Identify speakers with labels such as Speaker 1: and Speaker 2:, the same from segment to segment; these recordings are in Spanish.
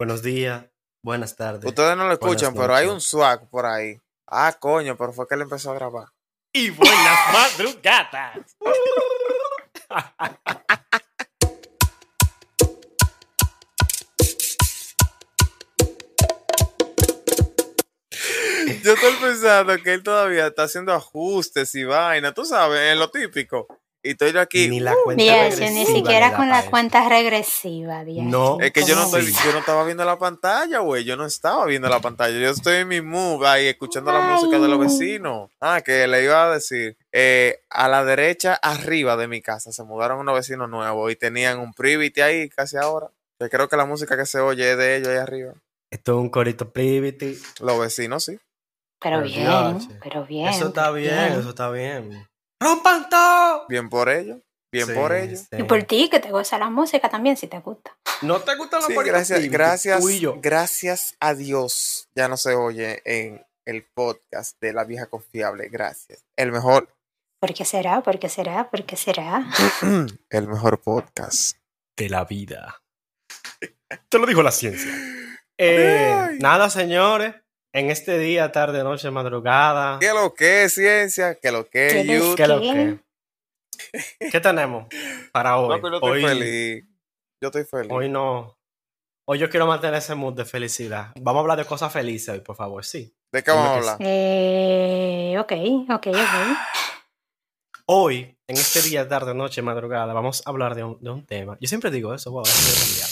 Speaker 1: Buenos días, buenas tardes.
Speaker 2: Ustedes no lo escuchan,
Speaker 1: Buenas
Speaker 2: pero hay
Speaker 1: noches.
Speaker 2: un swag por ahí. Ah, coño, pero fue que él empezó a grabar.
Speaker 3: Y buenas madrugadas.
Speaker 2: Yo estoy pensando que él todavía está haciendo ajustes y vaina, tú sabes, en lo típico. Y estoy yo aquí.
Speaker 1: Ni la cuenta
Speaker 4: Dios, yo ni
Speaker 1: regresiva le
Speaker 4: siquiera
Speaker 1: da
Speaker 4: con
Speaker 1: pa'
Speaker 4: la
Speaker 1: eso.
Speaker 4: cuenta regresiva, Dios.
Speaker 1: No,
Speaker 2: Es que yo no,
Speaker 1: ¿Cómo
Speaker 2: estoy-
Speaker 1: así?
Speaker 2: yo no estaba viendo la pantalla, güey. Yo no estaba viendo la pantalla. Yo estoy en mi mood ahí escuchando la
Speaker 4: Ay.
Speaker 2: música de los vecinos. Ah, que le iba a decir. eh, a la derecha, arriba de mi casa, se mudaron unos vecinos nuevos y tenían un privity ahí casi ahora. Yo creo que la música que se oye es de ellos ahí arriba.
Speaker 1: Esto es un corito privity.
Speaker 2: Los vecinos, sí.
Speaker 4: Pero
Speaker 1: Pero
Speaker 4: bien,
Speaker 1: Dios,
Speaker 4: pero bien.
Speaker 1: Eso está
Speaker 4: pero
Speaker 1: bien, eso está bien. ¡Rompan todo!
Speaker 2: Bien por ellos. Bien
Speaker 1: Sí,
Speaker 2: por ellos.
Speaker 1: sí.
Speaker 4: Y por ti, que te goza la música también, si te gusta.
Speaker 1: ¿No te gustan los
Speaker 2: Sí,
Speaker 1: coritos
Speaker 2: gracias,
Speaker 1: privity?
Speaker 2: gracias,
Speaker 1: Tú y yo.
Speaker 2: gracias a Dios. Ya no se oye en el podcast de La Vieja Confiable. Gracias. El mejor,
Speaker 4: ¿Por qué será? ¿Por qué será? ¿Por qué será?
Speaker 2: el mejor podcast.
Speaker 1: De la vida. Te lo dijo la ciencia. Eh,
Speaker 2: Ay.
Speaker 1: nada, señores. En este día, tarde, noche, madrugada.
Speaker 2: ¿Qué lo que es ciencia? ¿Qué lo que
Speaker 4: ¿Qué
Speaker 2: es
Speaker 4: lo
Speaker 2: YouTube?
Speaker 1: ¿Qué es lo que? ¿Qué tenemos para hoy?
Speaker 2: Loco, yo
Speaker 1: hoy,
Speaker 2: estoy feliz. Yo estoy feliz.
Speaker 1: hoy no. Hoy yo quiero mantener ese mood de felicidad. Vamos a hablar de cosas felices hoy, por favor, sí.
Speaker 2: ¿De qué vamos a
Speaker 1: Dime que
Speaker 2: hablar?
Speaker 4: Eh, ok, ok,
Speaker 1: Ah,
Speaker 4: ok.
Speaker 1: Hoy, en este día, tarde, noche, madrugada, vamos a hablar de un, de un tema. Yo siempre digo eso, wow, eso debe cambiar.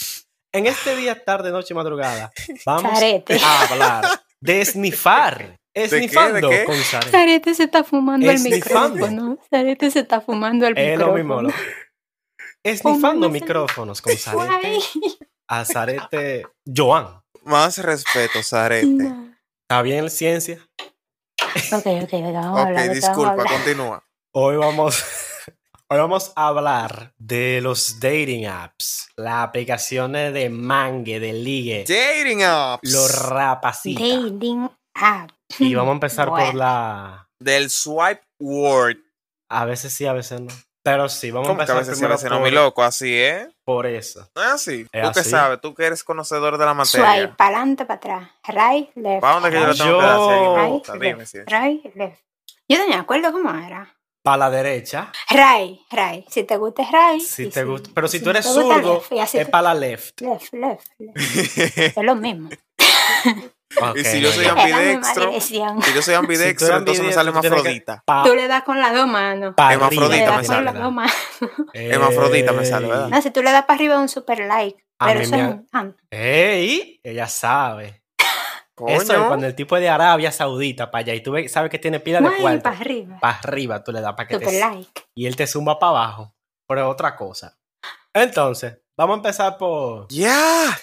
Speaker 1: En este día, tarde, noche, madrugada, vamos
Speaker 4: Zarete.
Speaker 1: a hablar de esnifar.
Speaker 2: qué? ¿De
Speaker 1: Esnifando
Speaker 2: qué?
Speaker 1: con Zarete.
Speaker 4: Zarete se está fumando el
Speaker 1: Es nifando.
Speaker 4: micrófono. Zarete se está fumando el
Speaker 1: Es
Speaker 4: micrófono.
Speaker 1: lo mismo, loco. Esnifando
Speaker 4: Fumándose.
Speaker 1: micrófonos con Zarete.
Speaker 4: Ay,
Speaker 1: A Zarete Joan.
Speaker 2: Más respeto, Zarete.
Speaker 4: no.
Speaker 1: ¿Está bien, ciencia?
Speaker 4: Ok, ok, vamos a
Speaker 2: ok,
Speaker 4: hablar. vamos a
Speaker 2: disculpa,
Speaker 4: hablar.
Speaker 2: continúa.
Speaker 1: Hoy vamos, hoy vamos a hablar de los dating apps, las aplicaciones de mangue, de ligue,
Speaker 2: Dating apps.
Speaker 1: los rapacitas.
Speaker 4: Dating app.
Speaker 1: Y vamos a empezar por
Speaker 4: Bueno.
Speaker 1: la...
Speaker 2: Del swipe word.
Speaker 1: A veces sí, a veces no. Pero sí, vamos a
Speaker 2: ¿Cómo que a
Speaker 1: empezar
Speaker 2: veces sí, a
Speaker 1: primero
Speaker 2: veces no, mi
Speaker 1: por,
Speaker 2: loco? Así es.
Speaker 1: por eso.
Speaker 2: No es así.
Speaker 1: Es
Speaker 2: tú que
Speaker 1: así.
Speaker 2: sabes, tú que eres conocedor de la materia.
Speaker 4: Swipe, para adelante, para atrás. Right, left.
Speaker 2: ¿Para dónde que yo le
Speaker 4: right,
Speaker 2: tengo que dar? Si alguien me
Speaker 1: Yo-
Speaker 2: gusta, dime, sí.
Speaker 4: right, left. Yo no me acuerdo cómo era.
Speaker 1: Para la derecha,
Speaker 4: Ray, Ray. Si te gusta es Ray.
Speaker 1: si
Speaker 4: y
Speaker 1: te gusta... Pero si tú
Speaker 4: no
Speaker 1: eres
Speaker 4: te gusta,
Speaker 1: zurdo,
Speaker 4: left, y así
Speaker 1: es
Speaker 4: tú-
Speaker 1: para la left.
Speaker 4: left, left, left. Es lo mismo.
Speaker 1: Ok,
Speaker 2: si yo
Speaker 1: no,
Speaker 2: soy
Speaker 1: ya.
Speaker 2: am-
Speaker 4: Era mi
Speaker 2: Ambidextro.
Speaker 4: mala elección.
Speaker 2: Si yo soy ambidextro,
Speaker 1: eres
Speaker 2: entonces
Speaker 1: ambidextro,
Speaker 2: me sale
Speaker 1: tú tienes que-
Speaker 2: hermafrodita.
Speaker 1: Pa-
Speaker 4: Tú le das con las dos manos.
Speaker 1: pa'
Speaker 2: Hemafrodita
Speaker 4: Tú le
Speaker 1: arriba,
Speaker 2: me
Speaker 4: das con
Speaker 2: sale.
Speaker 4: las dos manos.
Speaker 2: Hemafrodita me sale, ¿verdad?
Speaker 4: No, si tú le das para arriba es un super like.
Speaker 1: A
Speaker 4: Pero
Speaker 1: mí
Speaker 4: eso
Speaker 1: me
Speaker 4: es
Speaker 1: ha-
Speaker 4: un- ah,
Speaker 1: ¡Ey! Ella sabe.
Speaker 2: Coño.
Speaker 1: Eso es cuando el tipo es de Arabia Saudita para allá y tú ves- sabes que tiene pila de
Speaker 4: guay,
Speaker 1: cuarto.
Speaker 4: para
Speaker 1: Para
Speaker 4: arriba.
Speaker 1: arriba tú le das para que
Speaker 4: Super
Speaker 1: te...
Speaker 4: like.
Speaker 1: Y él te zumba para abajo. Pero es otra cosa. Entonces, vamos a empezar por,
Speaker 2: Ya.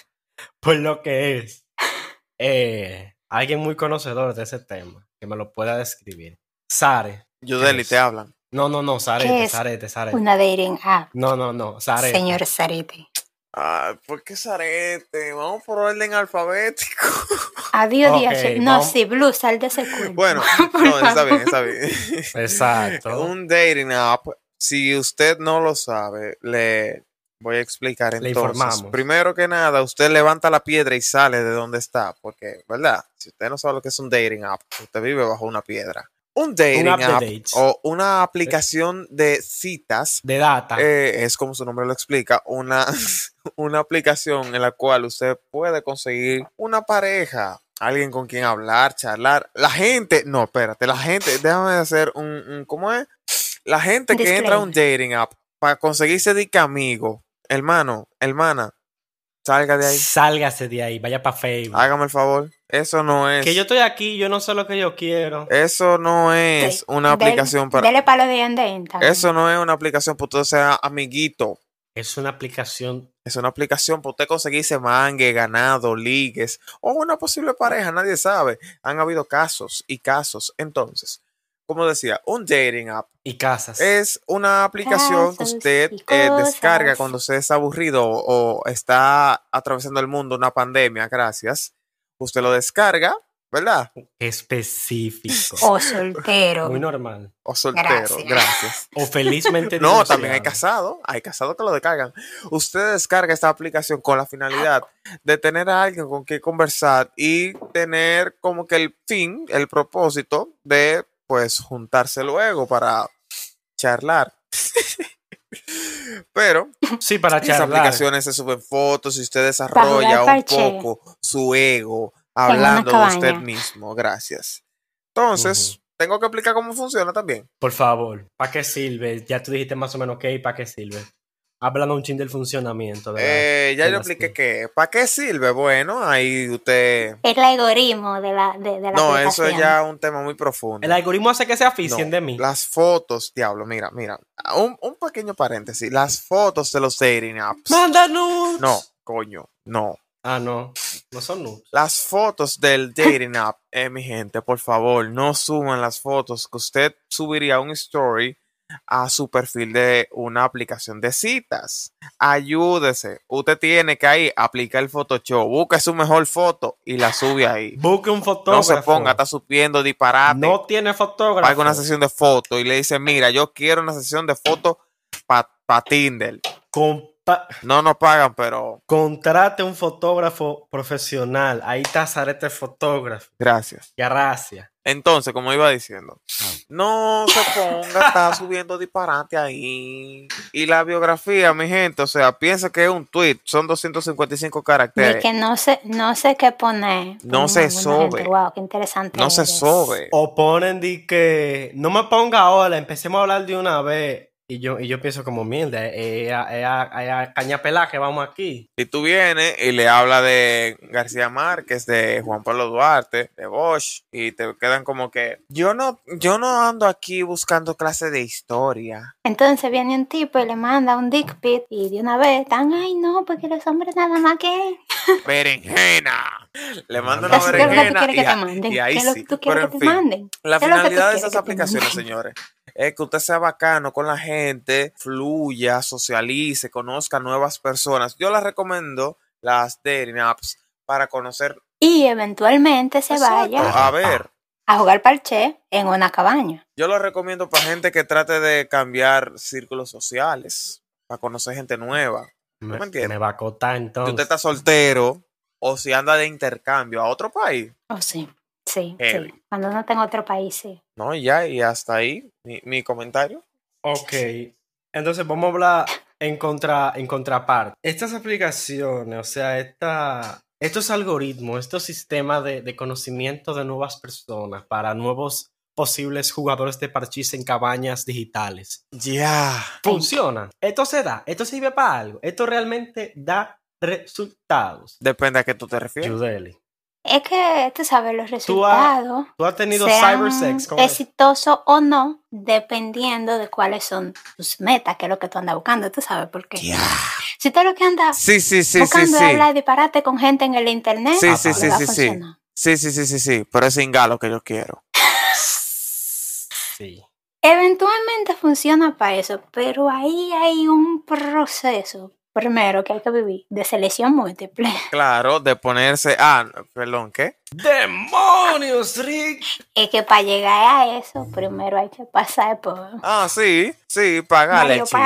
Speaker 1: por lo que es. Eh, alguien muy conocedor de ese tema que me lo pueda describir. Sare.
Speaker 2: Yudeli, te hablan.
Speaker 1: No, no, no,
Speaker 4: ¿Qué
Speaker 1: Sarete,
Speaker 4: es?
Speaker 1: Sarete, Sarete.
Speaker 4: Una dating app.
Speaker 1: No, no, no, Sarete.
Speaker 4: Señor Sarete.
Speaker 2: Ay, ¿por qué Sarete? Vamos por orden alfabético.
Speaker 4: Adiós,
Speaker 1: Ok,
Speaker 4: Dios. No,
Speaker 1: vamos.
Speaker 4: sí, Blue, sal de ese culo.
Speaker 2: Bueno,
Speaker 4: Por
Speaker 2: no, está
Speaker 4: favor.
Speaker 2: bien, está bien.
Speaker 1: Exacto.
Speaker 2: Un dating app, si usted no lo sabe, le voy a explicar
Speaker 1: Le
Speaker 2: entonces.
Speaker 1: informamos.
Speaker 2: Primero que nada, usted levanta la piedra y sale de donde está, porque, ¿verdad? Si usted no sabe lo que es un dating app, usted vive bajo una piedra. Un dating
Speaker 1: Un app de
Speaker 2: app
Speaker 1: dates.
Speaker 2: o una aplicación de citas
Speaker 1: De data.
Speaker 2: eh, es como su nombre lo explica, una, una aplicación en la cual usted puede conseguir una pareja, alguien con quien hablar, charlar. La gente, no, espérate, la gente, déjame hacer un, un- ¿cómo es? La gente que entra a un dating app para conseguirse de que amigo, hermano, hermana, salga de ahí,
Speaker 1: Sálgase de ahí, vaya para Facebook.
Speaker 2: hágame el favor. Eso no es,
Speaker 1: Que yo estoy aquí, yo no sé lo que yo quiero.
Speaker 2: eso no es una
Speaker 4: Del-
Speaker 2: aplicación para,
Speaker 4: Dele palo de andén. también.
Speaker 2: eso no es una aplicación para usted sea amiguito.
Speaker 1: Es una aplicación.
Speaker 2: Es una aplicación para usted conseguirse mangue, ganado, ligues o una posible pareja, nadie sabe. Han habido casos y casos. Entonces, como decía, un dating app
Speaker 1: Y casas.
Speaker 2: es una aplicación que
Speaker 4: Casos
Speaker 2: usted
Speaker 4: y
Speaker 2: eh,
Speaker 4: cosas.
Speaker 2: descarga cuando usted está aburrido o, o está atravesando el mundo una pandemia, gracias. Usted lo descarga, ¿verdad?
Speaker 1: Específico.
Speaker 4: O soltero.
Speaker 1: Muy normal.
Speaker 2: O soltero,
Speaker 4: Gracias.
Speaker 2: gracias.
Speaker 1: O felizmente
Speaker 2: No, también hay
Speaker 1: divorciado.
Speaker 2: casado, hay casado que lo descargan. Usted descarga esta aplicación con la finalidad de tener a alguien con quien conversar y tener como que el fin, el propósito de pues juntarse luego para charlar. Pero
Speaker 1: Sí, para
Speaker 2: esas
Speaker 1: charlar.
Speaker 2: aplicaciones se suben fotos y usted
Speaker 4: jugar
Speaker 2: desarrolla un
Speaker 4: parche.
Speaker 2: poco su ego hablando de usted
Speaker 4: cabaña.
Speaker 2: mismo. Gracias. Entonces,
Speaker 1: Ujú.
Speaker 2: tengo que explicar cómo funciona también.
Speaker 1: Por favor, ¿para qué sirve? Ya tú dijiste más o menos qué y para qué sirve. Hablando un chin del funcionamiento. de la-
Speaker 2: Eh, ya
Speaker 1: de
Speaker 2: yo
Speaker 1: las que-
Speaker 2: expliqué que, ¿para qué sirve? Bueno, ahí usted...
Speaker 4: El algoritmo de la, de, de la
Speaker 2: No, eso
Speaker 4: aplicación.
Speaker 2: es ya un tema muy profundo.
Speaker 1: El algoritmo hace que sea
Speaker 2: No,
Speaker 1: eficiente de mí.
Speaker 2: Las fotos, diablo, mira, mira. Un, un pequeño paréntesis. Las fotos de los dating apps.
Speaker 1: ¡Manda nudes!
Speaker 2: No, coño, no.
Speaker 1: Ah, no. No son nudes.
Speaker 2: Las fotos del dating app, eh, mi gente, por favor, no suban las fotos que usted subiría un story a su perfil de una aplicación de citas. Ayúdese. Usted tiene que ahí aplicar el Photoshop. Busque su mejor foto y la sube ahí.
Speaker 1: Busque un fotógrafo.
Speaker 2: No se ponga, está subiendo disparate.
Speaker 1: No tiene fotógrafo.
Speaker 2: paga una sesión de fotos y le dice, mira, yo quiero una sesión de fotos para Tinder.
Speaker 1: Compa-
Speaker 2: No nos pagan, pero
Speaker 1: contrate un fotógrafo profesional. Ahí está Zarete Fotógrafo.
Speaker 2: gracias.
Speaker 1: Gracias.
Speaker 2: Entonces, como iba diciendo, no se ponga, está subiendo disparate ahí. Y la biografía, mi gente, o sea, piensa que es un tweet, son 255
Speaker 4: De
Speaker 2: caracteres.
Speaker 4: que no sé, no sé qué poner.
Speaker 2: No se sobe.
Speaker 4: Wow, qué interesante.
Speaker 2: No se
Speaker 4: eres.
Speaker 2: sobe.
Speaker 1: O ponen de que no me ponga ahora, empecemos a hablar de una vez. Y yo, y yo pienso como mierda, es a- es a- es a caña pelá que vamos aquí.
Speaker 2: Y tú vienes y le habla de García Márquez, de Juan Pablo Duarte, de Bosch, y te quedan como que yo no, yo no ando aquí buscando clase de historia.
Speaker 4: Entonces viene un tipo y le manda un dick pic y de una vez están, ay no, porque los hombres nada más que...
Speaker 2: berenjena. Le mando una
Speaker 1: Eso
Speaker 4: Eso es lo que tú
Speaker 2: berenjena. Y,
Speaker 4: quieres que te
Speaker 2: a-
Speaker 4: manden.
Speaker 2: y ahí
Speaker 4: ¿Qué es lo
Speaker 2: sí.
Speaker 4: que tú quieres
Speaker 2: Pero
Speaker 4: que
Speaker 2: en
Speaker 4: te
Speaker 2: fin,
Speaker 4: manden?
Speaker 2: la
Speaker 4: ¿Qué es lo que tú
Speaker 2: finalidad de
Speaker 4: quieres
Speaker 2: esas
Speaker 4: que te
Speaker 2: aplicaciones,
Speaker 4: manden?
Speaker 2: señores, es que usted sea bacano con la gente, fluya, socialice, conozca nuevas personas. Yo les recomiendo las dating apps para conocer
Speaker 4: Y eventualmente se
Speaker 2: Exacto.
Speaker 4: vaya
Speaker 2: A ver,
Speaker 4: a jugar parche en una cabaña.
Speaker 2: yo lo recomiendo para gente que trate de cambiar círculos sociales, para conocer gente nueva.
Speaker 1: Me,
Speaker 2: me entiendes?
Speaker 1: me va a acotar
Speaker 2: Si
Speaker 1: entonces.
Speaker 2: usted está soltero o si anda de intercambio a otro país,
Speaker 4: Oh, sí, sí,
Speaker 2: Heavy.
Speaker 4: sí. Cuando no tengo otro país, sí.
Speaker 2: no, y ya, y hasta ahí mi, mi comentario.
Speaker 1: Ok, entonces vamos a hablar en, contra, en contraparte. Estas aplicaciones, o sea, esta, estos algoritmos, estos sistemas de, de conocimiento de nuevas personas para nuevos posibles jugadores de parchís en cabañas digitales.
Speaker 2: Ya.
Speaker 1: Funciona. Esto se da, esto sirve para algo, esto realmente da resultados.
Speaker 2: Depende a qué tú te refieres.
Speaker 1: Yudeli,
Speaker 4: Es que, tú sabes, los
Speaker 1: Tú has
Speaker 4: resultados
Speaker 1: tú has tenido
Speaker 4: sean
Speaker 1: cybersex con
Speaker 4: exitosos o no, dependiendo de cuáles son tus metas, que es lo que tú andas buscando, tú sabes, porque si tú lo que andas
Speaker 2: Sí, sí, sí, sí,
Speaker 4: buscando es
Speaker 2: sí.
Speaker 4: hablar disparate con gente en el internet,
Speaker 2: Sí,
Speaker 4: no
Speaker 2: sí,
Speaker 1: Ah,
Speaker 2: sí,
Speaker 4: va a
Speaker 2: sí, sí.
Speaker 4: funcionar.
Speaker 2: Sí, sí, sí, sí, sí. Pero es galo que yo quiero.
Speaker 1: Sí.
Speaker 4: Eventualmente funciona para eso, pero ahí hay un proceso primero que hay que vivir de selección múltiple.
Speaker 2: Claro, de ponerse. Ah, perdón, ¿qué?
Speaker 1: ¡Demonios, Rick!
Speaker 4: Es que para llegar a eso, primero hay que pasar por
Speaker 2: Ah, sí, sí, pagale,
Speaker 4: varios
Speaker 2: chino.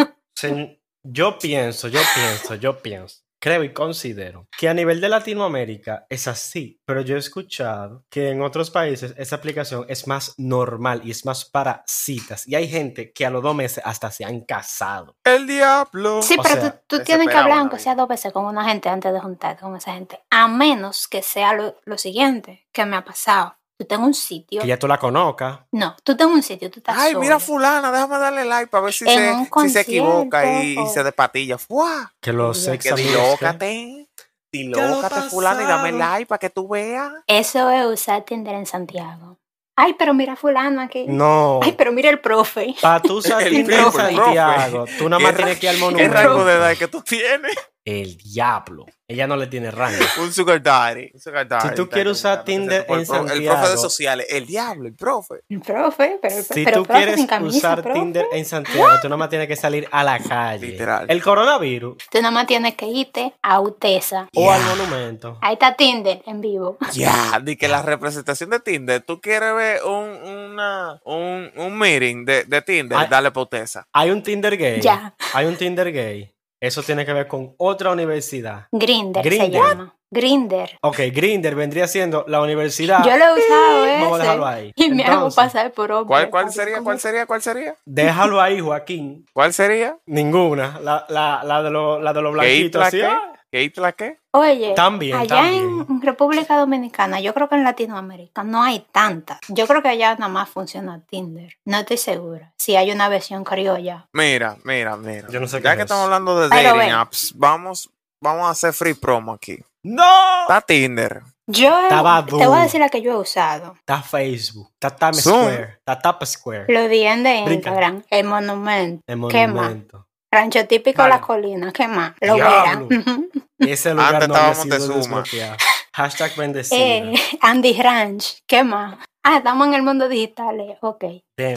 Speaker 4: pasos.
Speaker 1: Sen- yo pienso, yo pienso, yo pienso. Creo y considero que a nivel de Latinoamérica es así, pero yo he escuchado que en otros países esa aplicación es más normal y es más para citas. Y hay gente que a los dos meses hasta se han casado.
Speaker 2: El diablo.
Speaker 4: Sí,
Speaker 1: O
Speaker 4: pero
Speaker 1: sea,
Speaker 4: tú- tú, tienes que
Speaker 2: desesperado
Speaker 4: hablar,
Speaker 2: la
Speaker 4: aunque
Speaker 2: vida.
Speaker 4: sea dos veces, con una gente antes de juntarte con esa gente. A menos que sea lo, lo siguiente que me ha pasado. Tú tengo un sitio.
Speaker 1: Que ya tú la conozcas.
Speaker 4: No, tú tengo un sitio, tú estás
Speaker 2: Ay, mira,
Speaker 4: solo.
Speaker 2: Fulana, déjame darle like para ver si,
Speaker 4: En
Speaker 2: se,
Speaker 4: un
Speaker 2: si se equivoca y, y
Speaker 4: concierto.
Speaker 2: se despatilla. ¡Fua!
Speaker 1: Que los
Speaker 4: Dios.
Speaker 1: sex
Speaker 2: Que
Speaker 1: amigos que-
Speaker 2: dilócate. Dilócate, Fulana, y dame
Speaker 1: pasaron.
Speaker 2: like para que tú veas.
Speaker 4: Eso es usar Tinder en Santiago. Ay, pero mira fulano aquí.
Speaker 1: No.
Speaker 4: Ay, pero mira el profe.
Speaker 1: Para tú salir
Speaker 2: El
Speaker 1: de
Speaker 2: people, profe.
Speaker 1: Santiago, tú nada
Speaker 2: Qué
Speaker 1: más
Speaker 2: ra-
Speaker 1: tienes que ir al
Speaker 2: ¿Qué rango de
Speaker 1: monumento.
Speaker 2: edad que tú tienes?
Speaker 1: el diablo. Ella no le tiene rango.
Speaker 2: Un sugar daddy. Un sugar daddy.
Speaker 1: tú quieres usar Tinder en
Speaker 2: el, pro- el profe de
Speaker 1: Santiago-
Speaker 2: sociales. El diablo, el profe.
Speaker 4: El profe, pero, el
Speaker 1: Si
Speaker 4: pero
Speaker 1: tú
Speaker 4: profe
Speaker 1: quieres
Speaker 4: sin camisa,
Speaker 1: usar
Speaker 4: profe.
Speaker 1: Tinder en Santiago, tú nomás tienes que salir a la calle.
Speaker 2: Literal.
Speaker 1: El coronavirus
Speaker 4: Tú nada más tienes que irte a Utesa.
Speaker 1: o al monumento.
Speaker 4: Ahí está Tinder en vivo.
Speaker 2: Ya, di que la representación de Tinder, tú quieres ver un, una, un, un meeting de, de Tinder,
Speaker 1: Ay.
Speaker 2: dale potesa.
Speaker 1: Hay un Tinder gay.
Speaker 4: Ya.
Speaker 1: Hay un Tinder gay. Eso tiene que ver con otra universidad.
Speaker 4: Grinder, se
Speaker 1: Grindr.
Speaker 4: llama. Grinder.
Speaker 1: Ok, Grinder vendría siendo la universidad.
Speaker 4: Yo lo he usado ese.
Speaker 1: Vamos a dejarlo ahí.
Speaker 4: Y me hago
Speaker 1: Entonces,
Speaker 4: pasar por hombre.
Speaker 2: ¿Cuál, cuál
Speaker 4: papi,
Speaker 2: sería?
Speaker 4: ¿cómo?
Speaker 2: ¿Cuál sería? ¿Cuál sería?
Speaker 1: Déjalo ahí, Joaquín.
Speaker 2: ¿Cuál sería?
Speaker 1: Ninguna. La, la, la de los la de los
Speaker 2: ¿Qué
Speaker 1: blanquitos.
Speaker 2: itla
Speaker 1: así,
Speaker 2: qué?
Speaker 1: ah.
Speaker 2: ¿Qué itla qué?
Speaker 4: Oye,
Speaker 1: También,
Speaker 4: allá
Speaker 1: también.
Speaker 4: en República Dominicana, yo creo que en Latinoamérica no hay tantas. Yo creo que allá nada más funciona Tinder. No estoy segura. Si hay una versión criolla.
Speaker 2: Mira, mira, mira.
Speaker 1: Yo no sé
Speaker 2: ya
Speaker 1: qué
Speaker 2: que
Speaker 1: es.
Speaker 2: estamos hablando de
Speaker 4: Pero
Speaker 2: dating
Speaker 4: ven.
Speaker 2: apps, vamos, vamos a hacer free promo aquí.
Speaker 1: ¡No!
Speaker 2: Está Tinder.
Speaker 4: Yo he-
Speaker 1: Estaba
Speaker 4: te voy
Speaker 1: duro.
Speaker 4: a decir la que yo he usado.
Speaker 1: Está Facebook. Está Times
Speaker 2: Zoom.
Speaker 1: Square. Está Tapa Square.
Speaker 4: Lo vi en de
Speaker 1: Brinca.
Speaker 4: Instagram. El monumento.
Speaker 1: El
Speaker 4: ¿Qué más?
Speaker 1: monumento.
Speaker 4: Rancho típico
Speaker 1: Dale.
Speaker 4: La Colina. ¿Qué más? Lo
Speaker 1: Diablo.
Speaker 4: verán.
Speaker 1: Ese lugar
Speaker 2: Antes
Speaker 1: no
Speaker 2: estaba
Speaker 1: había sido
Speaker 2: Montezuma.
Speaker 1: desbloqueado. Hashtag bendecida.
Speaker 4: Eh, Andy Ranch, ¿qué más? Ah, estamos en el mundo digital, eh, ok.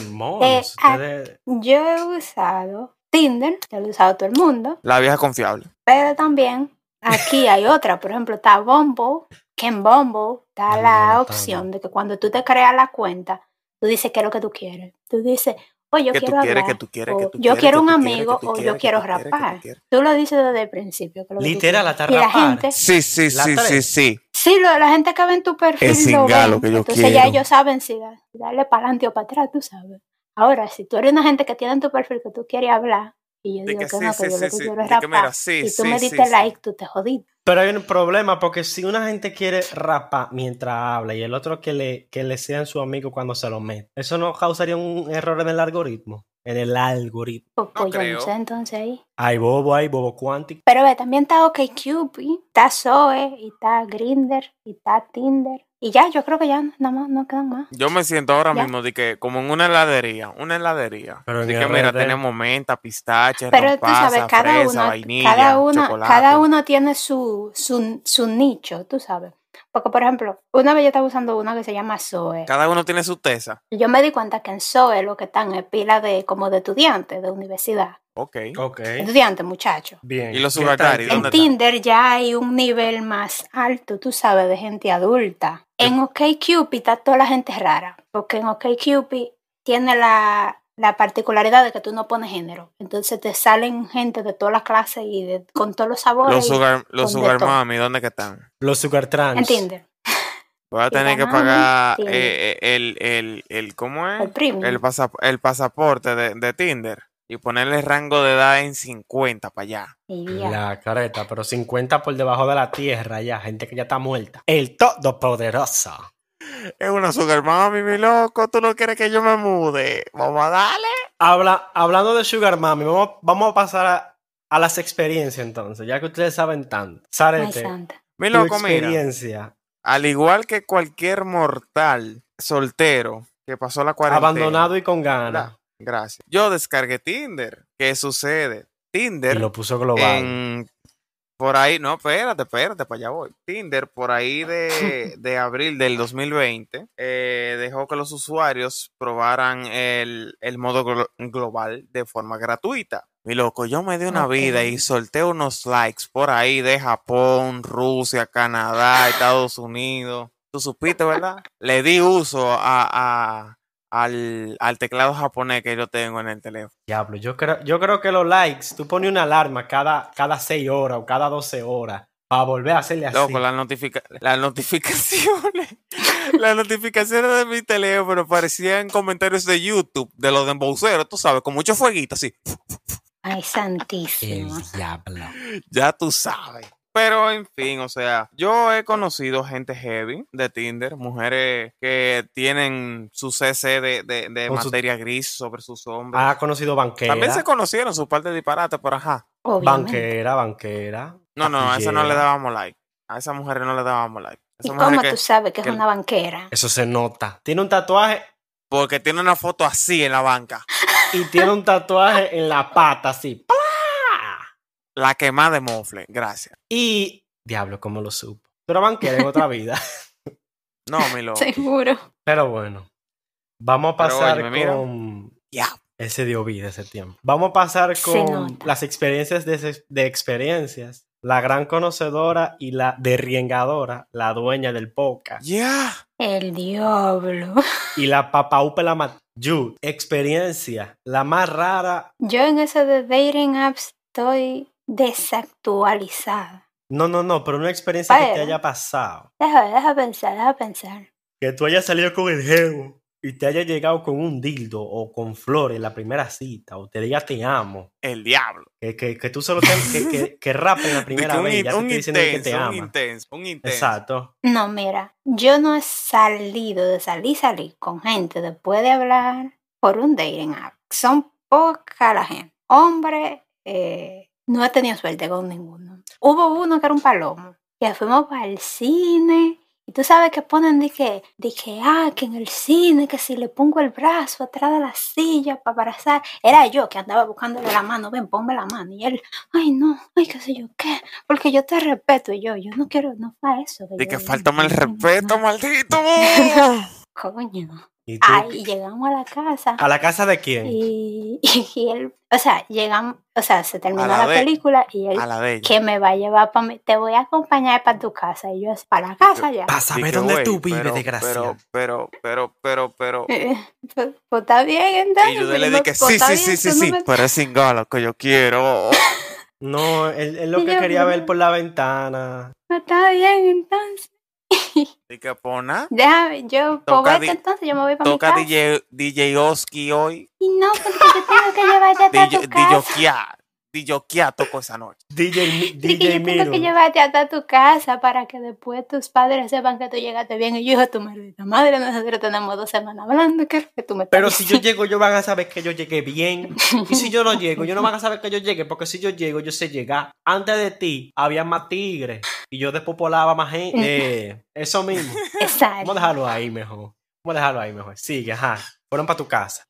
Speaker 1: Demonios.
Speaker 4: eh, ah.
Speaker 1: ustedes-
Speaker 4: Yo he usado Tinder, ya lo ha usado todo el mundo,
Speaker 2: La vieja confiable.
Speaker 4: pero también aquí hay otra, por ejemplo, está Bumble, que en Bumble está
Speaker 1: No,
Speaker 4: la
Speaker 1: no,
Speaker 4: opción de que cuando tú te creas la cuenta, tú dices qué es lo que tú quieres. Tú dices, oye, yo
Speaker 2: que, tú
Speaker 4: quiero
Speaker 2: quieres,
Speaker 4: hablar,
Speaker 2: que tú quieres, que
Speaker 4: o
Speaker 2: tú
Speaker 4: yo
Speaker 2: quieres,
Speaker 4: quiero
Speaker 2: que
Speaker 4: un
Speaker 2: tú quieres,
Speaker 4: amigo,
Speaker 2: que tú
Speaker 4: o
Speaker 2: quieres,
Speaker 4: yo
Speaker 2: que
Speaker 4: quiero
Speaker 2: tú quieres, que tú
Speaker 4: rapar.
Speaker 2: quieres.
Speaker 4: Tú lo dices desde el principio. que es lo que tú
Speaker 1: Literal,
Speaker 4: quieres.
Speaker 1: hasta
Speaker 4: Y la
Speaker 1: rapar.
Speaker 4: gente,
Speaker 2: Sí, sí,
Speaker 1: La
Speaker 2: sí, sí,
Speaker 1: tres.
Speaker 2: sí.
Speaker 4: Sí, lo, la gente que ve en tu perfil
Speaker 2: Es
Speaker 4: lo
Speaker 2: singa
Speaker 4: ve.
Speaker 2: lo que yo
Speaker 4: Entonces ya
Speaker 2: quiero.
Speaker 4: ellos saben si da- si darle para adelante o para atrás, tú sabes. Ahora, si tú eres una gente que tiene en tu perfil que tú quieres hablar, y yo
Speaker 2: De
Speaker 4: digo
Speaker 2: que
Speaker 4: que,
Speaker 2: sí,
Speaker 4: no, que
Speaker 2: sí,
Speaker 4: yo
Speaker 2: sí,
Speaker 4: lo que
Speaker 2: sí.
Speaker 4: quiero es
Speaker 2: De que mira,
Speaker 4: rapar,
Speaker 2: sí,
Speaker 4: y tú
Speaker 2: sí,
Speaker 4: me
Speaker 2: sí,
Speaker 4: diste
Speaker 2: sí.
Speaker 4: like, tú te jodiste.
Speaker 1: Pero hay un problema porque si una gente quiere rapar mientras habla y el otro que le, que le sean su amigo cuando se lo mete, eso no causaría un error en el algoritmo. En el algoritmo.
Speaker 4: Pues,
Speaker 2: No
Speaker 4: pues yo
Speaker 2: creo.
Speaker 4: no sé entonces ahí.
Speaker 1: Hay bobo, hay bobo cuántico.
Speaker 4: Pero ve, también está OkCupid, está Zoe, y está Grinder, y está Tinder. Y ya, yo creo que ya nada más no quedan más.
Speaker 2: Yo me siento ahora
Speaker 4: Ya.
Speaker 2: mismo de que como en una heladería, una heladería.
Speaker 1: Pero en
Speaker 2: de que mira,
Speaker 1: RD.
Speaker 2: tenemos menta, pistache,
Speaker 4: Pero tú
Speaker 2: rompaza,
Speaker 4: sabes, cada
Speaker 2: fresa,
Speaker 4: uno,
Speaker 2: vainilla,
Speaker 4: cada uno,
Speaker 2: chocolate.
Speaker 4: cada uno tiene su, su, su nicho, tú sabes. Porque, por ejemplo, una vez yo estaba usando una que se llama Zoe.
Speaker 2: Cada uno tiene su tesa.
Speaker 4: Y Yo me di cuenta que en Zoe lo que están es pila de como de estudiantes de universidad.
Speaker 2: Ok.
Speaker 1: Ok.
Speaker 4: Estudiantes, muchachos.
Speaker 1: Bien.
Speaker 2: ¿Y los
Speaker 1: ¿Qué
Speaker 2: sugar
Speaker 1: tal?
Speaker 2: daddy?
Speaker 4: En
Speaker 2: dónde está?
Speaker 4: Tinder ya hay un nivel más alto, tú sabes, de gente adulta. En OkCupid está toda la gente rara, porque en OkCupid tiene la, la particularidad de que tú no pones género. Entonces te salen gente de todas las clases y de- con todos los
Speaker 2: Los
Speaker 4: sabores. y-
Speaker 2: sugar, los
Speaker 4: con de
Speaker 2: sugar
Speaker 4: todo.
Speaker 2: mami, ¿dónde que están?
Speaker 1: Los sugar trans.
Speaker 4: en Tinder,
Speaker 2: Voy a
Speaker 4: Sugar
Speaker 2: tener que
Speaker 4: mami,
Speaker 2: pagar
Speaker 4: Tinder.
Speaker 2: eh, eh, el, el, el, ¿cómo es?
Speaker 4: el premium.
Speaker 2: El, pasap- el pasaporte de, de Tinder y ponerle rango de edad en 50 para allá.
Speaker 4: Y ya.
Speaker 1: La careta, pero 50 por debajo de la tierra ya, gente que ya está muerta. El todopoderoso.
Speaker 2: Es una sugar mami, mi loco. Tú no quieres que yo me mude. Vamos a darle.
Speaker 1: Habla, hablando de Sugar Mami, vamos, vamos a pasar a, a las experiencias entonces, ya que ustedes saben tanto.
Speaker 4: Ay,
Speaker 1: Sarete,
Speaker 4: santa.
Speaker 2: Mi
Speaker 1: tu
Speaker 2: loco, mira.
Speaker 1: experiencia.
Speaker 2: Al igual que cualquier mortal soltero que pasó la cuarentena.
Speaker 1: Abandonado y con
Speaker 2: ¿verdad?
Speaker 1: ganas.
Speaker 2: Gracias. Yo descargué Tinder. ¿Qué sucede?
Speaker 1: Y
Speaker 2: Tinder
Speaker 1: lo puso global.
Speaker 2: en... Por ahí, no, espérate, espérate, para allá voy. Tinder, por ahí de, de abril del 2020, eh, dejó que los usuarios probaran el, el modo glo- global de forma gratuita. Mi loco, yo me di una
Speaker 4: Ok.
Speaker 2: vida y solté unos likes por ahí de Japón, Rusia, Canadá, Estados Unidos. Tú supiste, ¿verdad? Le di uso a, a- al, al teclado japonés que yo tengo en el teléfono.
Speaker 1: Diablo, yo creo, yo creo que los likes, tú pones una alarma cada, cada 6 horas o cada 12 horas para volver a hacerle así.
Speaker 2: Loco, las, notifica- las notificaciones. las notificaciones de mi teléfono parecían comentarios de YouTube, de los de embolseros, tú sabes, con mucho fueguito, así.
Speaker 4: Ay, santísimo.
Speaker 1: diablo.
Speaker 2: Ya tú sabes. Pero en fin, o sea, yo he conocido gente heavy de Tinder, mujeres que tienen su CC de, de- de
Speaker 1: Con su- Ah,
Speaker 2: materia gris sobre sus hombros.
Speaker 1: Ha conocido banquera.
Speaker 2: También se conocieron su parte de disparate, pero ajá.
Speaker 4: Obviamente.
Speaker 1: Banquera, banquera.
Speaker 2: No, no, a esa no le
Speaker 1: patillera.
Speaker 2: dábamos like. A esas mujeres no le dábamos like. A
Speaker 4: ¿Y
Speaker 2: esas
Speaker 4: cómo
Speaker 2: mujeres que-
Speaker 4: tú sabes que es
Speaker 2: que-
Speaker 4: una banquera?
Speaker 1: Eso se nota. Tiene un tatuaje
Speaker 2: porque tiene una foto así en la banca.
Speaker 1: y tiene un tatuaje en la pata, así. ¡Pla!
Speaker 2: La quemada de mofle, gracias.
Speaker 1: Y. Diablo, ¿cómo lo supo? Tú eras banquera en otra vida.
Speaker 2: No, mi loco.
Speaker 4: Seguro.
Speaker 1: Pero bueno. Vamos a
Speaker 2: Pero
Speaker 1: pasar
Speaker 2: óyeme, mira.
Speaker 1: con.
Speaker 2: Ya.
Speaker 1: Él se dio vida ese tiempo. Vamos a pasar
Speaker 4: Se
Speaker 1: con
Speaker 4: nota.
Speaker 1: las experiencias de, ses- de experiencias. La gran conocedora y la derriengadora, la dueña del podcast.
Speaker 2: Ya.
Speaker 4: El diablo.
Speaker 1: Y la papaupe la mat. Yu, experiencia. La más rara.
Speaker 4: Yo en eso de dating apps estoy desactualizada.
Speaker 1: No, no, no, pero una experiencia que te
Speaker 4: Pero-
Speaker 1: haya pasado.
Speaker 4: Deja, deja pensar, deja pensar.
Speaker 1: Que tú hayas salido con el jevo y te haya llegado con un dildo o con flores en la primera cita o te diga te amo.
Speaker 2: El diablo.
Speaker 1: Que, que, que tú solo te, que, que, que rapen la
Speaker 2: De que
Speaker 1: primera
Speaker 2: un,
Speaker 1: vez y
Speaker 2: in-
Speaker 1: ya te
Speaker 2: un
Speaker 1: estoy diciendo que te
Speaker 2: intenso, un
Speaker 1: ama.
Speaker 2: intenso, un intenso.
Speaker 1: Exacto.
Speaker 4: No, mira, yo no he salido de salir, salir con gente después de hablar por un dating app. Son poca la gente. Hombre, eh, no he tenido suerte con ninguno. Hubo uno que era un palomo, que fuimos para el cine. Y tú sabes que ponen de que, de que, ah, que en el cine, que si le pongo el brazo atrás de la silla para abrazar. Era yo que andaba buscándole la mano, ven, ponme la mano. Y él, ay, no, ay, qué sé yo, qué, porque yo te respeto y yo, yo no quiero, no para eso.
Speaker 2: De que
Speaker 4: yo-
Speaker 2: falta el
Speaker 4: yo- yo-
Speaker 2: respeto, maldito.
Speaker 4: Coño.
Speaker 1: ¿Y tú?
Speaker 4: Ay, y llegamos a la casa
Speaker 1: ¿A la casa de quién?
Speaker 4: y, y él, o sea, llegamos, o sea, se terminó
Speaker 2: la
Speaker 4: la,
Speaker 2: de-
Speaker 4: película y él,
Speaker 2: A la de ella.
Speaker 4: que me va a llevar para mí, te voy a acompañar para tu casa. Y yo, para la casa ya.
Speaker 1: Para
Speaker 2: De
Speaker 1: saber
Speaker 2: que,
Speaker 1: dónde
Speaker 2: güey,
Speaker 1: tú vives,
Speaker 2: pero-
Speaker 1: desgraciado.
Speaker 2: Pero, pero, pero, pero, pero.
Speaker 4: Eh, Pues pues está bien, entonces.
Speaker 2: Y yo
Speaker 4: pues
Speaker 2: le
Speaker 4: no-
Speaker 2: dije,
Speaker 4: pues
Speaker 2: sí,
Speaker 4: está
Speaker 2: sí, sí,
Speaker 4: bien,
Speaker 2: sí,
Speaker 4: tú no
Speaker 2: sí,
Speaker 4: me-
Speaker 2: pero es sin gala que yo quiero.
Speaker 1: No, él, él lo
Speaker 4: Y
Speaker 1: que
Speaker 4: yo,
Speaker 1: quería
Speaker 4: pero-
Speaker 1: ver por la ventana.
Speaker 4: no está bien, entonces.
Speaker 2: De que pona,
Speaker 4: Déjame, yo, pues
Speaker 2: Toca
Speaker 4: vete
Speaker 2: di-
Speaker 4: entonces, yo me voy para mi
Speaker 2: toca
Speaker 4: casa.
Speaker 2: DJ, DJ Oski hoy.
Speaker 4: Y no, porque yo tengo que llevarte hasta tu casa.
Speaker 2: Dijoquia. Dijoquia tocó esa noche.
Speaker 1: DJ, Mi-
Speaker 4: Así que
Speaker 1: DJ
Speaker 4: yo tengo que
Speaker 1: Miro.
Speaker 4: llevarte hasta tu casa para que después tus padres sepan que tú llegaste bien. Y yo, hijo de tu maldita madre, nosotros tenemos dos semanas hablando, ¿qué es lo que tú me estás
Speaker 1: Pero si yo llego, yo van a saber que yo llegué bien. Y si yo no llego, yo no van a saber que yo llegué, porque si yo llego, yo sé llegar. Antes de ti había más tigres y yo despopolaba más gente. Eh, eso mismo.
Speaker 4: diciendo? Exacto.
Speaker 1: Vamos a dejarlo ahí mejor. Vamos a dejarlo ahí mejor. Sigue, ajá. Fueron para tu casa.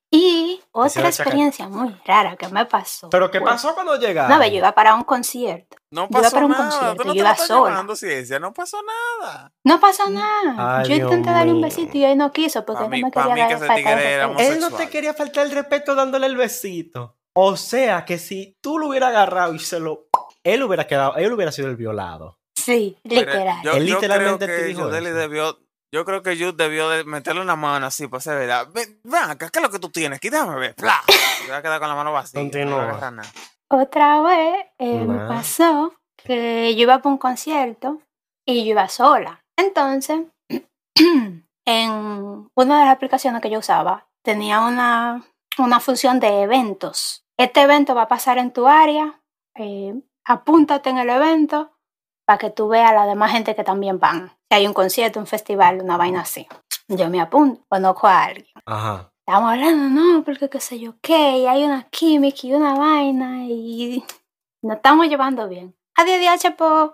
Speaker 1: Ese
Speaker 4: Y
Speaker 1: era
Speaker 4: otra
Speaker 1: el chacal.
Speaker 4: experiencia muy rara que me pasó.
Speaker 1: Pero ¿qué
Speaker 4: fue-
Speaker 1: pasó cuando llegaron?
Speaker 4: No, ve, yo iba para un concierto.
Speaker 2: No
Speaker 4: Yo iba
Speaker 2: pasó
Speaker 4: para un
Speaker 2: nada.
Speaker 4: concierto,
Speaker 2: Tú no te lo
Speaker 4: yo iba
Speaker 2: estás
Speaker 4: sola.
Speaker 2: llevando, ciencia. No pasó nada.
Speaker 4: No pasó nada.
Speaker 1: Mm. Ay,
Speaker 4: yo
Speaker 1: Dios
Speaker 4: intenté darle un
Speaker 1: mío.
Speaker 4: besito y él no quiso porque
Speaker 2: Pa'
Speaker 4: él
Speaker 2: mí-
Speaker 4: no me
Speaker 2: pa'
Speaker 4: quería
Speaker 2: mí
Speaker 4: dar Eh,
Speaker 2: que ese
Speaker 4: falta de
Speaker 2: tigre
Speaker 4: respeto.
Speaker 2: era homosexual.
Speaker 1: Él no te quería faltar el respeto dándole el besito. O sea que si tú lo hubieras agarrado y se lo. Él hubiera quedado, él hubiera sido el violado.
Speaker 4: Sí,
Speaker 2: Pero
Speaker 4: literal.
Speaker 2: Yo,
Speaker 1: Él
Speaker 2: yo
Speaker 1: literalmente
Speaker 2: creo
Speaker 1: te
Speaker 2: que
Speaker 1: dijo
Speaker 2: Yudeli
Speaker 1: eso.
Speaker 2: debió. Yo creo que Jude debió de meterle una mano así para ser verdad. Ven, ven acá, ¿qué es lo que tú tienes? Quítame, ver. ¡Pla! Te vas a quedar con la mano vacía.
Speaker 1: Continúa.
Speaker 2: No va a agarrar nada.
Speaker 4: Otra vez eh, me
Speaker 1: Nah.
Speaker 4: pasó que yo iba para un concierto y yo iba sola. Entonces, en una de las aplicaciones que yo usaba, tenía una, una función de eventos. Este evento va a pasar en tu área, eh, apúntate en el evento para que tú veas a la demás gente que también van. Si hay un concierto, un festival, una vaina así. Yo me apunto, conozco a alguien
Speaker 1: Ajá.
Speaker 4: estamos hablando, no, porque qué sé yo qué, y hay una química y una vaina, y nos estamos llevando bien. Adiós, adiós, chapo.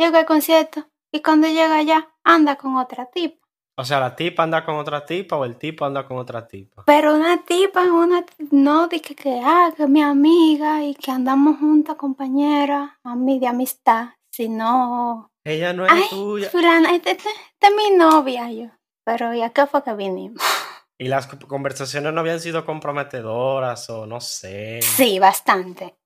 Speaker 4: Llego al concierto, y cuando llega allá, anda con otra tipa.
Speaker 1: O sea, la tipa anda con otra tipa o el tipo anda con otra tipa.
Speaker 4: Pero una tipa, una, no, dije que, ah, que mi amiga, y que andamos juntas, compañera, a mí de amistad, sino,
Speaker 1: Ella no es
Speaker 4: ay,
Speaker 1: tuya.
Speaker 4: fulana, esta esta- esta es mi novia, yo. Pero, ¿y a qué fue que vinimos?
Speaker 1: Y las co- conversaciones no habían sido comprometedoras o no sé.
Speaker 4: Sí, bastante.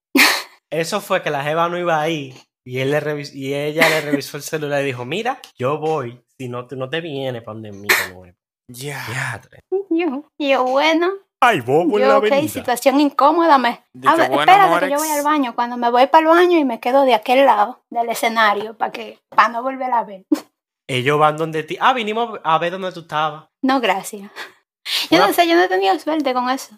Speaker 1: Eso fue que la jeva no iba ahí y, él le revis- y ella le revisó el celular y dijo, mira, yo voy. Si no, te- no te viene para donde mí. de nuevo".
Speaker 2: Ya.
Speaker 1: Diadre.
Speaker 4: Yo, yo bueno,
Speaker 1: Ay, bobo en la
Speaker 4: Yo, ok,
Speaker 1: avenida.
Speaker 4: situación incómoda. Me...
Speaker 2: Dije,
Speaker 4: A ver,
Speaker 2: bueno,
Speaker 4: espérate
Speaker 2: amores.
Speaker 4: que yo voy al baño. Cuando me voy para el baño y me quedo de aquel lado del escenario para que para no volver a ver.
Speaker 1: Ellos van donde ti. Ah, vinimos a ver dónde tú estabas.
Speaker 4: No, gracias. Yo no
Speaker 1: Una-
Speaker 4: sé, yo no he tenido suerte con eso.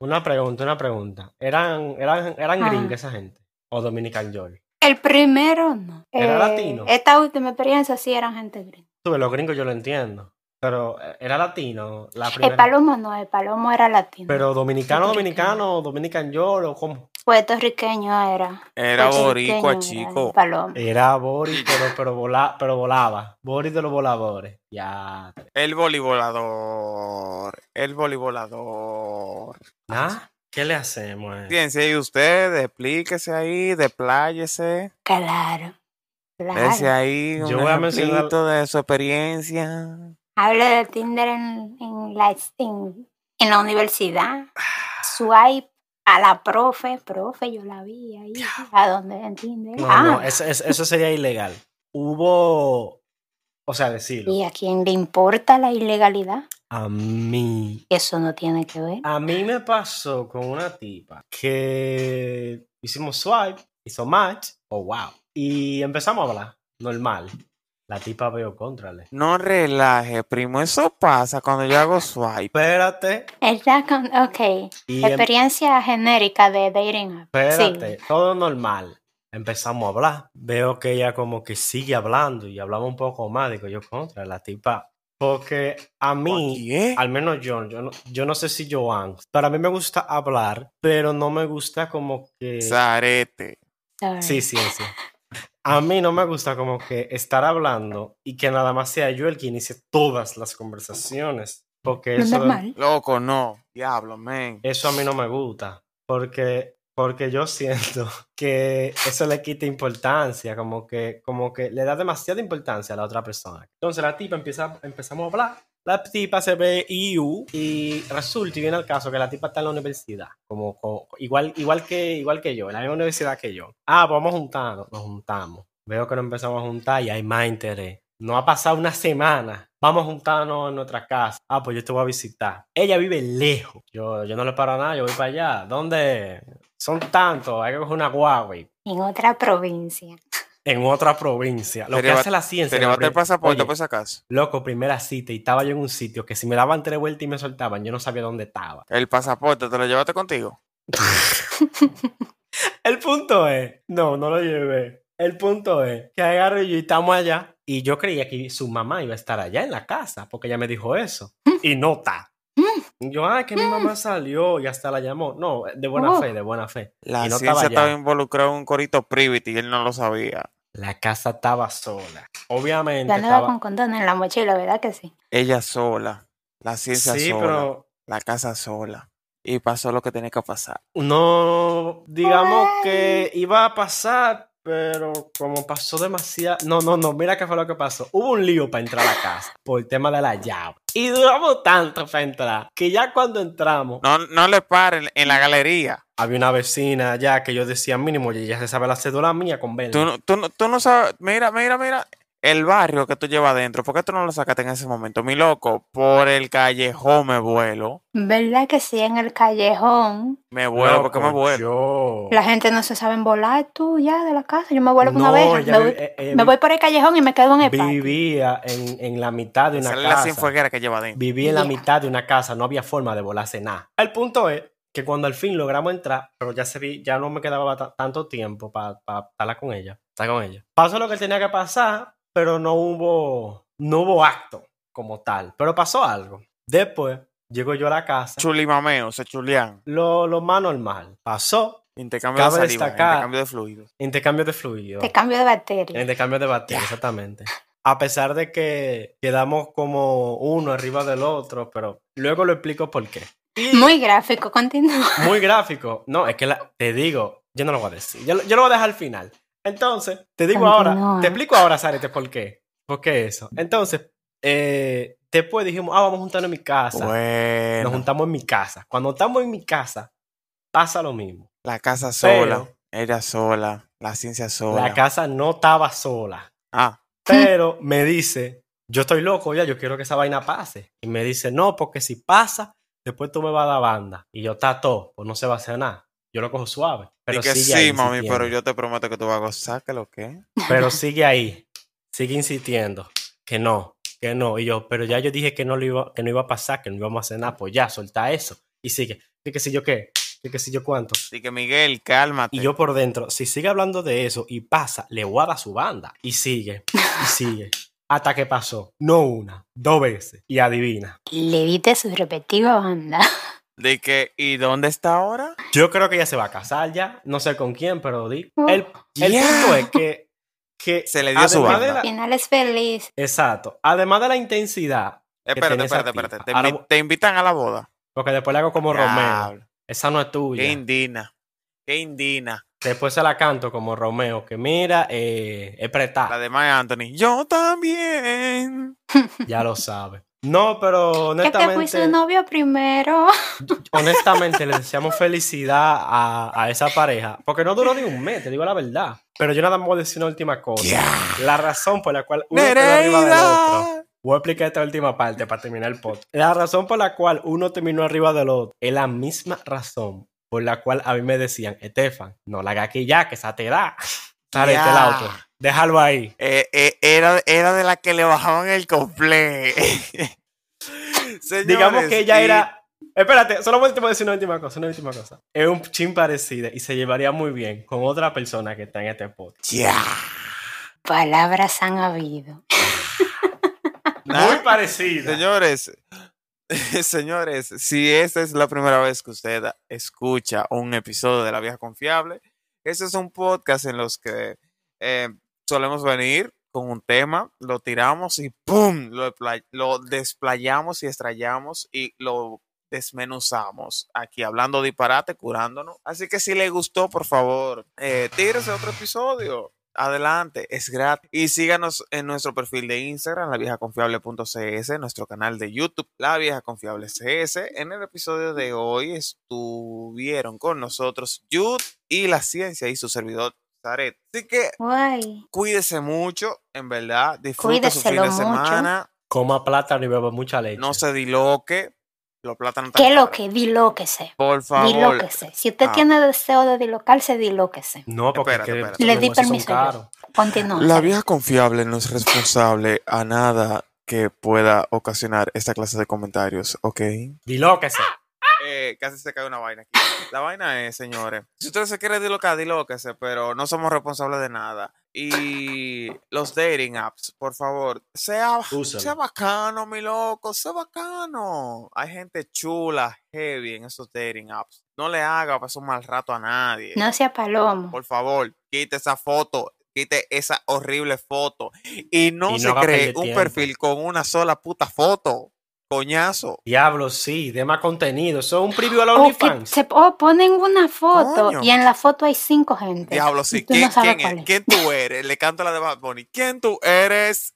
Speaker 1: Una pregunta, una pregunta. ¿Eran, eran, eran
Speaker 4: Ah.
Speaker 1: gringas esa gente? ¿O Dominican York?
Speaker 4: El primero no. Eh,
Speaker 1: ¿Era latino?
Speaker 4: Esta última experiencia sí eran gente gringa.
Speaker 1: Tú ves, los gringos yo lo entiendo. Pero eh, era latino la
Speaker 4: El
Speaker 1: primera.
Speaker 4: palomo no, el palomo era latino.
Speaker 1: Pero dominicano,
Speaker 4: Puertorriqueño.
Speaker 1: dominicano, Dominican York o cómo.
Speaker 4: Puertorriqueño era.
Speaker 2: Era
Speaker 4: Puertorriqueño
Speaker 2: boricua,
Speaker 4: era el
Speaker 2: chico.
Speaker 4: palomo.
Speaker 1: Era Boris, pero, pero, vola- pero volaba. Boris de los voladores. Ya.
Speaker 2: El voleibolador. El voleibolador.
Speaker 1: ¿Ah? ¿Qué le hacemos? eh?
Speaker 2: Ciencia y ustedes, explíquese ahí, despláyese,
Speaker 4: Claro.
Speaker 2: dese
Speaker 4: Claro.
Speaker 2: ahí un
Speaker 1: Yo voy a
Speaker 2: ejemplito
Speaker 1: mencionar-
Speaker 2: de su experiencia.
Speaker 4: Hablo de Tinder en, en la, en, en la universidad. Swipe a la profe. Profe, yo la vi ahí. ¿A dónde? En Tinder.
Speaker 1: No,
Speaker 4: ah,
Speaker 1: no, es- es- eso sería ilegal. Hubo, o sea, decirlo.
Speaker 4: ¿Y a quién le importa la ilegalidad?
Speaker 1: A mí
Speaker 4: Eso no tiene que ver.
Speaker 1: A mí me pasó con una tipa que hicimos swipe, hizo match, oh wow, y empezamos a hablar, normal. La tipa veo contrale.
Speaker 2: No relaje, primo, eso pasa cuando yo hago swipe.
Speaker 1: Espérate,
Speaker 4: Está con, ok.
Speaker 1: y em-
Speaker 4: Experiencia genérica de dating app.
Speaker 1: espérate, todo normal. Empezamos a hablar. Veo que ella como que sigue hablando y hablamos un poco más. Digo yo contra la tipa. Porque a mí,
Speaker 2: Oye,
Speaker 1: Al menos yo, yo no, yo no sé si Joan. Para mí me gusta hablar, pero no me gusta como que.
Speaker 2: zarete.
Speaker 4: Sí.
Speaker 1: Sí, sí, sí. A mí no me gusta como que estar hablando y que nada más sea yo el que inicie todas las conversaciones. Porque
Speaker 4: No es
Speaker 1: eso,
Speaker 4: normal.
Speaker 2: Loco, no. Diablo, men.
Speaker 1: eso a mí no me gusta. Porque, porque yo siento que eso le quita importancia, como que, como que le da demasiada importancia a la otra persona. Entonces la tipa empieza, empezamos a hablar. La tipa se ve IU y resulta y viene al caso que la tipa está en la universidad, como, co- igual, igual, que, igual que yo, en la misma universidad que yo. Ah, pues vamos juntando, nos juntamos. Veo que nos empezamos a juntar y hay más interés. No ha pasado una semana. Vamos a juntarnos en nuestra casa. Ah, pues yo te voy a visitar. Ella vive lejos. Yo, yo no le paro a nada, yo voy para allá. ¿Dónde? Son tantos, hay que coger una Huawei
Speaker 4: En otra provincia.
Speaker 1: en otra provincia. Lo
Speaker 2: Te
Speaker 1: que
Speaker 2: lleva-
Speaker 1: hace la ciencia.
Speaker 2: Te
Speaker 1: en la
Speaker 2: levanté el
Speaker 1: prim-
Speaker 2: pasaporte pues.
Speaker 1: Oye,
Speaker 2: por si acaso.
Speaker 1: Loco, primera cita y estaba yo en un sitio que si me daban tres vueltas y me soltaban, yo no sabía dónde estaba.
Speaker 2: El pasaporte, ¿te lo llevaste contigo?
Speaker 1: El punto es, no, no lo llevé. El punto es que agarro y yo y estamos allá. Y yo creía que su mamá iba a estar allá en la casa, porque ella me dijo eso.
Speaker 4: Mm.
Speaker 1: Y no está. Y Yo, ah, que mi mamá salió y hasta la llamó. No, de buena
Speaker 4: Oh.
Speaker 1: fe, de buena fe.
Speaker 2: La
Speaker 1: Y no estaba
Speaker 2: ciencia estaba
Speaker 1: allá.
Speaker 2: involucrada en un corito privity y él no lo sabía.
Speaker 1: La casa estaba sola. Obviamente
Speaker 4: Ya andaba
Speaker 1: estaba...
Speaker 4: con condón en la mochila, ¿verdad que sí?
Speaker 2: Ella sola. La ciencia
Speaker 1: Sí,
Speaker 2: sola.
Speaker 1: pero
Speaker 2: La casa sola. Y pasó lo que tenía que pasar.
Speaker 1: No, digamos que iba a pasar, pero como pasó demasiado. No, no, no, mira qué fue lo que pasó. Hubo un lío para entrar a la casa por el tema de la llave. Y duramos tanto para entrar que ya cuando entramos,
Speaker 2: No, no le paren en la galería.
Speaker 1: había una vecina ya que yo decía mínimo, y ya se sabe la cédula mía con verde.
Speaker 2: Tú, no- tú, no- tú no sabes. Mira, mira, mira. El barrio que tú llevas adentro. ¿Por qué tú no lo sacaste en ese momento? Mi loco, por el callejón me vuelo.
Speaker 4: ¿Verdad que sí? En el callejón.
Speaker 2: Me vuelo, ¿por qué
Speaker 1: Loco,
Speaker 2: me vuelo?
Speaker 1: yo-
Speaker 2: Oh.
Speaker 4: La gente no se sabe volar tú ya de la casa. Yo me vuelo con una
Speaker 1: No,
Speaker 4: abeja.
Speaker 1: ella
Speaker 4: Me
Speaker 1: vi-
Speaker 4: voy,
Speaker 1: eh, eh,
Speaker 4: me
Speaker 1: vi-
Speaker 4: voy por el callejón y me quedo en el parque.
Speaker 1: vivía en, en la mitad de una
Speaker 2: Sale la
Speaker 1: casa.
Speaker 2: cienfueguera que lleva adentro.
Speaker 1: Viví en la
Speaker 4: Ya.
Speaker 1: mitad de una casa, no había forma de volarse nada. El punto es que cuando al fin logramos entrar, pero ya se vi, ya no me quedaba ta- tanto tiempo para estar con ella, estar con ella. Pasó lo que tenía que pasar, pero no hubo, no hubo acto como tal, pero pasó algo. Después llego yo a la casa,
Speaker 2: Chulimameo, se chulean.
Speaker 1: lo, lo más normal. Pasó
Speaker 2: Intercambio
Speaker 1: Cabe
Speaker 2: de saliva,
Speaker 1: destacar-
Speaker 2: intercambio de fluidos.
Speaker 1: intercambio de fluido.
Speaker 4: Te cambio de batería.
Speaker 1: Intercambio de batería, exactamente. A pesar de que quedamos como uno arriba del otro, pero luego lo explico por qué.
Speaker 2: Eh.
Speaker 1: Y-
Speaker 4: Muy gráfico, continúa.
Speaker 1: Muy gráfico. No, es que la- te digo, yo no lo voy a decir. Yo, lo- yo lo voy a dejar al final. Entonces, te digo ahora,
Speaker 4: Continúa.
Speaker 1: te explico ahora, Sarete, por qué. ¿Por qué eso? Entonces, eh, después dijimos, ah, vamos a juntarnos en mi casa. Nos
Speaker 2: Bueno,
Speaker 1: juntamos en mi casa. Cuando estamos en mi casa, pasa lo mismo.
Speaker 2: la casa
Speaker 1: Pero-
Speaker 2: sola. Ella sola. La ciencia sola.
Speaker 1: La casa no estaba sola.
Speaker 2: ah,
Speaker 1: Pero me dice, yo estoy loco ya, yo quiero que esa vaina pase. Y me dice, no, porque si pasa, después tú me vas a dar banda. Y yo, tato, pues no se va a hacer nada. Yo lo cojo suave. Pero
Speaker 2: y que
Speaker 1: sigue
Speaker 2: sí,
Speaker 1: ahí
Speaker 2: mami,
Speaker 1: insistiendo.
Speaker 2: pero yo te prometo que tú vas a gozar que lo que.
Speaker 1: Pero sigue ahí, sigue insistiendo que no, que no. Y yo, pero ya yo dije que no, lo iba, que no iba a pasar, que no íbamos a hacer nada, pues ya, suelta eso. Y sigue, que qué sé yo qué, que qué sé yo cuánto.
Speaker 2: Así que Miguel, cálmate.
Speaker 1: Y yo por dentro, si sigue hablando de eso y pasa, le voy a dar su banda. Y sigue, y sigue. Hasta que pasó, no una, dos veces. Y adivina.
Speaker 4: Le diste su respectiva banda.
Speaker 2: De que, ¿y dónde está ahora?
Speaker 1: Yo creo que ella se va a casar ya, no sé con quién, pero di.
Speaker 4: Oh.
Speaker 1: El, el
Speaker 2: Yeah.
Speaker 1: punto es que, que
Speaker 2: Se le dio su Eh,
Speaker 1: además de
Speaker 2: banda.
Speaker 1: Ah, la-
Speaker 4: Final es feliz.
Speaker 1: exacto. Además de la intensidad,
Speaker 2: Espérate,
Speaker 1: tenía esa
Speaker 2: espérate, espérate.
Speaker 1: tipa.
Speaker 2: Te,
Speaker 1: Ahora
Speaker 2: invi-
Speaker 1: vo-
Speaker 2: te invitan a la boda.
Speaker 1: Porque después le hago como Romeo.
Speaker 2: Diablo.
Speaker 1: Esa no es tuya.
Speaker 2: Qué indina. Qué indina.
Speaker 1: Después se la canto como Romeo, que mira, eh, es prestada.
Speaker 2: La de Mike Anthony. Yo también.
Speaker 1: Ya lo sabe. No, pero
Speaker 4: Es que fui
Speaker 1: honestamente,
Speaker 4: su novio primero.
Speaker 1: honestamente le deseamos felicidad a, a esa pareja, porque no duró ni un mes, te digo la verdad. Pero yo nada más voy a decir una última cosa. La razón por la cual uno quedó arriba del otro.
Speaker 2: Nereida.
Speaker 1: Voy a explicar esta última parte para terminar el podcast. La razón por la cual uno terminó arriba del otro es la misma razón por la cual a mí me decían, Estefan, no la hagas aquí ya, que esa te da. este Sale
Speaker 2: Ya.
Speaker 1: el auto. Déjalo ahí.
Speaker 2: Eh, eh, era, era de la que le bajaban el complejo.
Speaker 1: Digamos que ella era. Espérate, solo voy a decir una última cosa, una última cosa. Es un chin parecida y se llevaría muy bien con otra persona que está en este podcast.
Speaker 2: Ya.
Speaker 4: Palabras han habido.
Speaker 1: Muy parecida.
Speaker 2: Señores, señores, si esta es la primera vez que usted escucha un episodio de La Vieja Confiable, este es un podcast en los que eh, solemos venir con un tema, lo tiramos y ¡pum! Lo, despla- lo desplayamos y estrellamos y lo desmenuzamos aquí hablando disparate, curándonos. Así que si le gustó, por favor, eh, tírese otro episodio. Adelante, es gratis. Y síganos en nuestro perfil de Instagram, laviejaconfiable.cs, nuestro canal de YouTube, La Vieja Confiable CS. En el episodio de hoy estuvieron con nosotros Yud y la ciencia y su servidor Zaret. Así que
Speaker 4: Guay.
Speaker 2: cuídese mucho, en verdad. Disfrute su fin
Speaker 4: Cuídeselo
Speaker 2: de
Speaker 4: mucho.
Speaker 2: semana.
Speaker 1: Coma plátano y beba mucha leche.
Speaker 2: No se diloque. Los plátanos están
Speaker 4: ¿Qué lo
Speaker 2: caros.
Speaker 4: que? Dilóquese.
Speaker 2: Por favor.
Speaker 4: Dilóquese. Si usted
Speaker 2: Ah.
Speaker 4: tiene deseo de dilocarse, dilóquese.
Speaker 1: No, porque
Speaker 2: Espérate,
Speaker 1: es que
Speaker 2: espérate.
Speaker 1: los
Speaker 4: Le di
Speaker 1: negocios son
Speaker 4: permiso yo.
Speaker 1: caros.
Speaker 4: Continúa.
Speaker 2: La vieja confiable no es responsable a nada que pueda ocasionar esta clase de comentarios, ¿ok?
Speaker 1: Dilóquese.
Speaker 2: eh, casi se cae una vaina aquí. La vaina es, señores, si usted se quiere dilocar, dilóquese, pero no somos responsables de nada. Y los dating apps, por favor, sea,
Speaker 1: Úsalo.
Speaker 2: sea bacano, mi loco, sea bacano. Hay gente chula, heavy en esos dating apps. No le haga pasar un mal rato a nadie.
Speaker 4: No sea palomo.
Speaker 2: Por favor, quite esa foto, quite esa horrible foto. Y no,
Speaker 1: Y no
Speaker 2: se
Speaker 1: haga
Speaker 2: cree
Speaker 1: perder
Speaker 2: un
Speaker 1: tiempo.
Speaker 2: perfil con una sola puta foto. Coñazo.
Speaker 1: Diablo, sí, de más contenido. Eso es un preview a la
Speaker 4: O que
Speaker 1: OnlyFans.
Speaker 4: se o ponen una foto
Speaker 2: Coño.
Speaker 4: y en la foto hay cinco gente.
Speaker 2: Diablo, sí.
Speaker 4: Y tú
Speaker 2: ¿Quién,
Speaker 4: no sabes
Speaker 2: quién
Speaker 4: cuál
Speaker 2: es?
Speaker 4: es.
Speaker 2: ¿Quién tú eres? Le canto la de Bad Bunny. ¿Quién tú eres?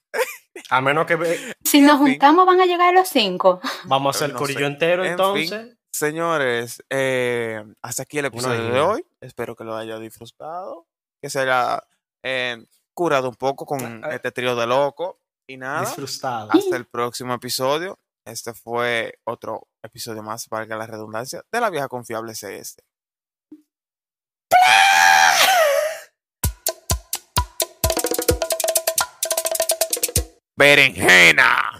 Speaker 1: A menos que ve-
Speaker 4: Si nos juntamos van a llegar los cinco.
Speaker 1: vamos a hacer
Speaker 2: No
Speaker 1: el
Speaker 2: sé.
Speaker 1: corillo entero
Speaker 2: En
Speaker 1: entonces.
Speaker 2: Señores, eh, hasta aquí el episodio de
Speaker 1: idea.
Speaker 2: hoy. Espero que lo haya disfrutado. Que se haya eh, curado un poco con
Speaker 1: Ah, ah.
Speaker 2: este trío de loco. Y nada.
Speaker 1: Disfrutado.
Speaker 2: Hasta el próximo episodio. Este fue otro episodio más, valga la redundancia, de la vieja confiable CS. Berenjena.